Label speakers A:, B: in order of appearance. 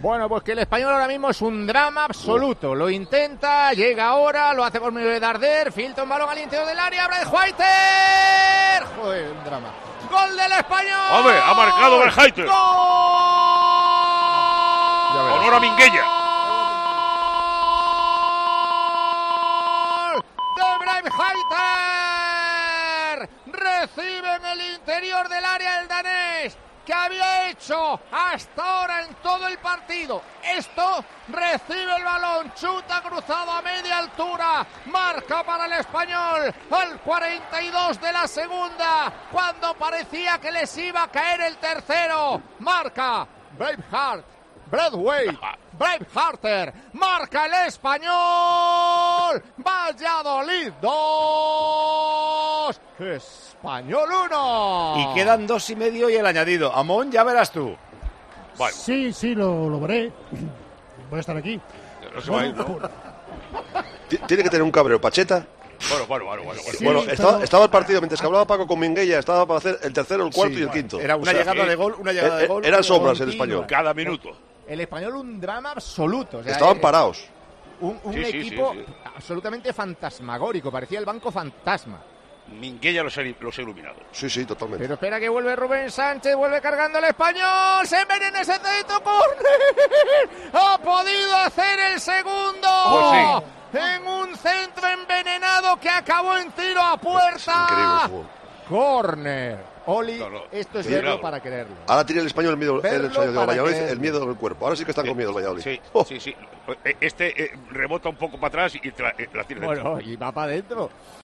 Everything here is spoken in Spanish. A: Bueno, pues que el español ahora mismo es un drama absoluto. Lo intenta, llega ahora, lo hace por medio de Darder, filtra un balón al interior del área, abre de Whiter. Joder, un drama. Gol del español.
B: Hombre, ha marcado Berhaiter.
A: Gol.
B: Honor a Minguella.
A: ¡Gol! ¡De Breitner! Recibe en el interior del área el danés que había hecho hasta ahora en todo el partido. Esto recibe el balón, chuta cruzado a media altura, marca para el español al 42 de la segunda, cuando parecía que les iba a caer el tercero. Marca Braveheart, Bradway, Bravehearter, marca el español. Valladolid 2, Español 1.
C: Y quedan dos y medio y el añadido. Amón, ya verás tú.
B: Vale,
D: Sí, sí, lo, lo veré. Voy a estar aquí.
B: no se va a ir, ¿no?
D: Por-
E: Ti- Tiene que tener un cabreo, Pacheta.
B: Bueno, bueno, bueno, bueno. bueno.
D: Sí,
E: bueno,
D: pero-
E: estaba, estaba el partido, mientras que hablaba Paco con Minguella, estaba para hacer el tercero, el cuarto y el quinto.
C: Era una
B: O sea,
C: llegada
B: eh,
C: de gol, una llegada
E: Eh,
C: de
E: eh,
C: gol.
E: eran sombras el
A: continua.
E: español.
B: Cada minuto.
A: El español un drama absoluto. o sea,
E: Estaban
A: eh,
E: parados.
A: Un, un
B: Sí, sí,
A: equipo
B: sí, sí.
A: absolutamente fantasmagórico, parecía el banco fantasma.
B: Minguella los ha, los ha iluminado.
E: Sí, sí, totalmente.
A: Pero espera que vuelve Rubén Sánchez, vuelve cargando el español, se envenena ese centro, córner. Ha podido hacer el
B: Pues
A: segundo. En un centro envenenado que acabó en tiro a
E: Es increíble el
A: puerta.
E: fútbol.
A: Corner. Oli,
B: No, no.
A: esto es
B: Cuidado. Ah,
A: verlo para quererlo.
E: Ahora tiene el español el miedo, el
A: Verlo
E: español de
A: para
E: Valladolid,
A: creer.
E: el miedo del cuerpo. Ahora sí que están con miedo el Valladolid.
B: Sí,
E: Oh,
B: sí, sí. Eh, Este eh, rebota un poco para atrás y te la, eh, la tira dentro.
A: Bueno, y va para adentro.